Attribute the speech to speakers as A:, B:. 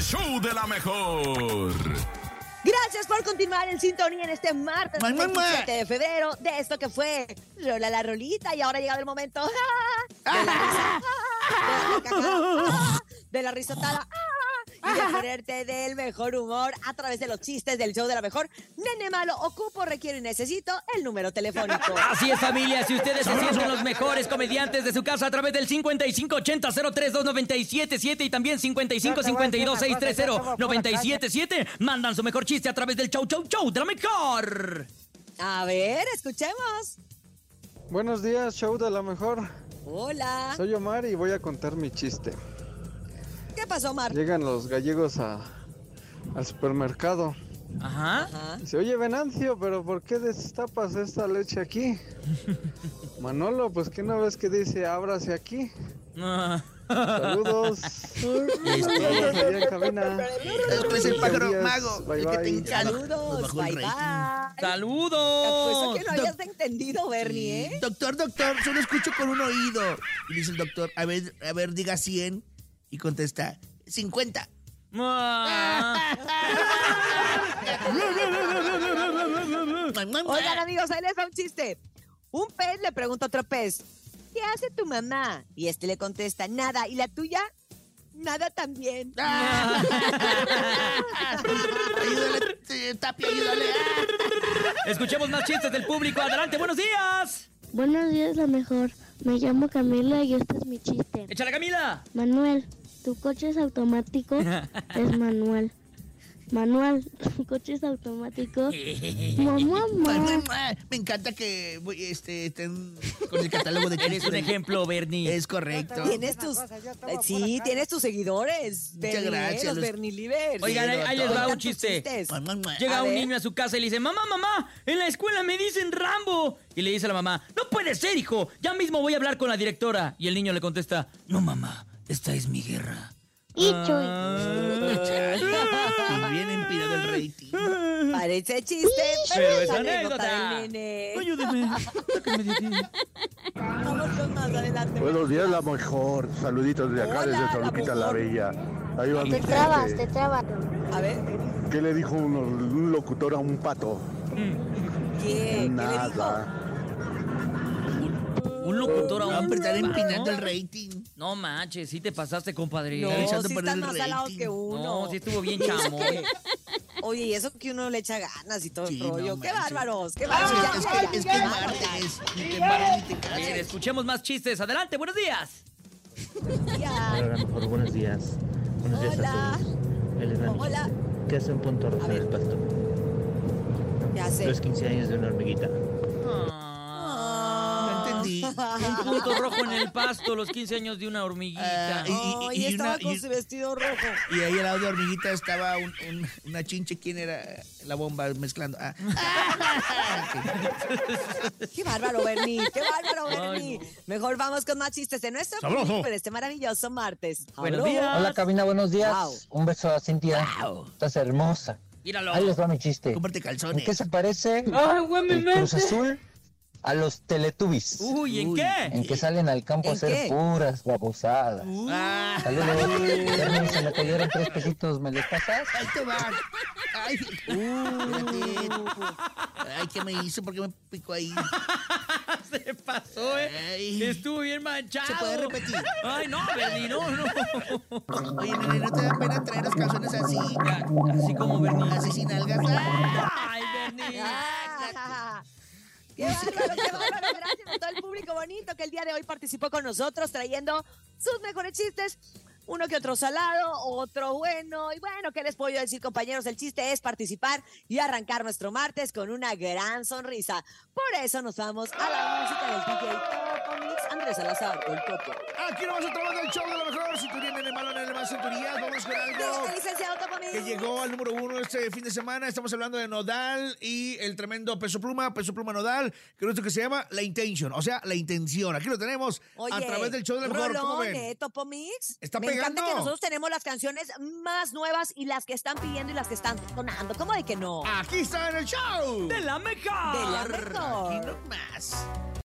A: show de la mejor.
B: Gracias por continuar en sintonía en este martes 27 de febrero de esto que fue Lola la Rolita y ahora ha llegado el momento ah, de la risa, ah, de la cacada, ah, de la risotada ¡ah! y de ponerte del mejor humor a través de los chistes del show de la mejor. Nene malo, ocupo, requiero y necesito el número telefónico.
C: Así es, familia. Si ustedes se sienten los mejores comediantes de su casa a través del 5580-032977 y también 5552-630-977, mandan su mejor chiste a través del show, show, show de la mejor.
B: A ver, escuchemos.
D: Buenos días, show de la mejor.
B: Hola.
D: Soy Omar y voy a contar mi chiste.
B: ¿Qué pasó, Omar?
D: Llegan los gallegos a- al supermercado.
C: Ajá.
B: Ajá.
D: Dice, oye Venancio, pero ¿por qué destapas esta leche aquí? Manolo, pues ¿qué no ves que dice ábrase aquí?
C: Ah.
D: Saludos. Saludos allá en cabina.
E: Después el pájaro
D: Buenos días.
E: mago,
D: Bye,
E: el que te
D: bye.
E: encanta.
B: Saludos,
E: bajó
B: bye
E: el
B: bye.
E: rating.
B: Apuesto
C: ¡Saludos!
B: que no hayas entendido, Bernie, ¿eh?
E: Doctor, doctor, solo escucho con un oído. Y dice el doctor, a ver, a ver, diga 100. Y contesta, 50.
C: Ah.
B: Oigan, amigos, ahí les da un chiste. Un pez le pregunta a otro pez, ¿qué hace tu mamá? Y este le contesta, nada. ¿Y la tuya? Nada también.
E: Ah. Ayúdale, eh, Tapia, ayúdale. Ah.
C: Escuchemos más chistes del público. Adelante, buenos días.
F: Buenos días, la mejor. Me llamo Camila y este es mi chiste.
C: Échale, Camila.
F: Manuel, ¿tu coche es automático? Es manual. Manuel, ¿tu coche es automático? Mamá, mamá.
E: Ah. Me encanta que voy, este, estén con el catálogo de
C: Eres un
E: chistes.
C: ejemplo, Bernie.
E: Es correcto.
B: Tienes tus, eh, sí, tienes tus seguidores,
E: Muchas
B: Bernie,
E: gracias,
B: los
E: los-
B: Bernie Livers.
C: Oigan, ahí, ahí les va
B: Cuentan
C: un
B: tus
C: chiste.
B: chistes.
E: Mua, mua, mua.
C: Llega
B: A
C: un
B: ver.
C: niño a su casa y le dice, mamá, mamá, en la escuela me dicen Rambo. Y le dice a la mamá, no puede ser, hijo, ya mismo voy a hablar con la directora. Y el niño le contesta, no, mamá, esta es mi guerra.
F: Y
C: Ah.
E: Y bien empinado el rating.
B: Parece chiste, pero,
C: Pero
B: es
C: es
B: anécdota.
C: anécdota.
B: del nene.
C: Ayúdeme, sáquenme de aquí.
B: Vamos con más adelante.
G: Buenos días, la mejor. Saluditos de acá,
B: Hola,
G: desde
B: la
G: Toluquita la,
B: mejor.
G: Bella. Ahí va mi chiste.
F: trabas.
B: A ver,
G: ¿Qué le dijo un, un locutor a un pato?
B: ¿qué? ¿Qué le dijo?
G: Nada.
C: Un locutor a
E: No,
C: un...
E: pero están
C: ¿no?
E: empinando el rating.
C: No manches, sí te pasaste, compadre.
B: No,
E: Están echando
B: sí
E: a perder
B: están
E: el
B: más alados
E: rating.
B: que uno.
C: No, sí estuvo bien
B: Y eso
C: chamón.
B: que- Oye, y eso que uno le echa ganas y todo
E: Sí,
B: el
E: no
B: rollo. ¡Qué
E: manches.
B: bárbaros! ¡Qué
E: Ah,
B: bárbaros!
E: es,
B: Ya,
E: que, es
B: ya,
E: que
B: ya.
E: martes, ni te embarques ni te
C: A ver,
E: cases.
C: escuchemos más chistes. Adelante, buenos días.
B: Ya.
H: Hola, a lo mejor buenos días. Buenos días
B: Hola.
H: a todos. Él les da mi
B: Hola.
H: chiste. ¿Qué hace un pontorro en
B: ver.
H: el pasto?
B: Ya sé.
H: Los 15 años de una hormiguita.
E: No entendí.
C: Un punto rojo en el pasto, los 15 años de una hormiguita.
E: Ah, y-
B: Oh, y,
E: y
B: estaba
E: una-
B: con
E: y-
B: su vestido rojo.
E: Y ahí al lado de hormiguita estaba un- un- una chinche. ¿Quién era la bomba mezclando? Ah.
B: ¡Qué bárbaro, Bernie! ¡Qué bárbaro,
C: Ay,
B: Bernie! Mejor vamos con más chistes de nuestro público en este maravilloso martes.
C: Buenos
B: Sabroso.
C: días.
I: Hola cabina, buenos días.
B: Wow.
I: Un beso a Cintia.
E: Wow.
I: Estás hermosa.
C: Míralo.
I: Ahí les va mi chiste.
E: Comparte
I: ¿En qué
E: calzones.
I: se parece el Cruz Azul a los Teletubbies?
C: Uy, Uh, ¿en
E: Uy.
C: qué?
I: en que salen al campo a
B: ¿En
I: hacer
B: qué?
I: puras babosadas.
E: Ah,
I: Saludos. Carmen, se me cayeron tres pesitos, ¿me los pasas?
E: ahí te va. Ay, espérate. Ay, ¿qué me hizo? ¿Por qué me picó ahí?
C: Se pasó, eh.
E: Ay.
C: Estuvo bien manchado.
E: ¿Se puede repetir?
C: Ay, no, Bernie, no, no.
E: Oye, nene, ¿no te da pena traer los calzones así?
C: Ya, Así como Bernie.
E: Así sin algas. Ah.
C: Ay, Bernie.
B: Ah, ¡Qué bárbaro, qué bárbaro! Gracias a todo el público bonito que el día de hoy participó con nosotros trayendo sus mejores chistes. Uno que otro salado, otro bueno. Y bueno, ¿qué les puedo yo decir, compañeros? El chiste es participar y arrancar nuestro martes con una gran sonrisa. Por eso nos vamos a la música del DJ Coco Mix, Andrés Salazar, el Coco.
E: Aquí nomás otra vez del show de la mejor cinturía, nene malo, nene más cinturías. Vamos con algo
B: Dígame, licenciado Coco Mix.
E: que llegó al número uno este fin de semana. Estamos hablando de Nodal y el tremendo Peso Pluma, Peso Pluma Nodal, que es esto que se llama La Intention, o sea, La Intención. Aquí lo tenemos a
B: Oye,
E: través del show de la mejor. ¿Cómo
B: Rolón,
E: ven?
B: eh, Topo Mix.
E: Está
B: Me encanta
E: pegando.
B: que nosotros tenemos las canciones más nuevas y las que están pidiendo y las que están sonando. ¿Cómo de que no?
E: Aquí está en el show.
C: De la mejor.
B: De la mejor.
E: Aquí nomás.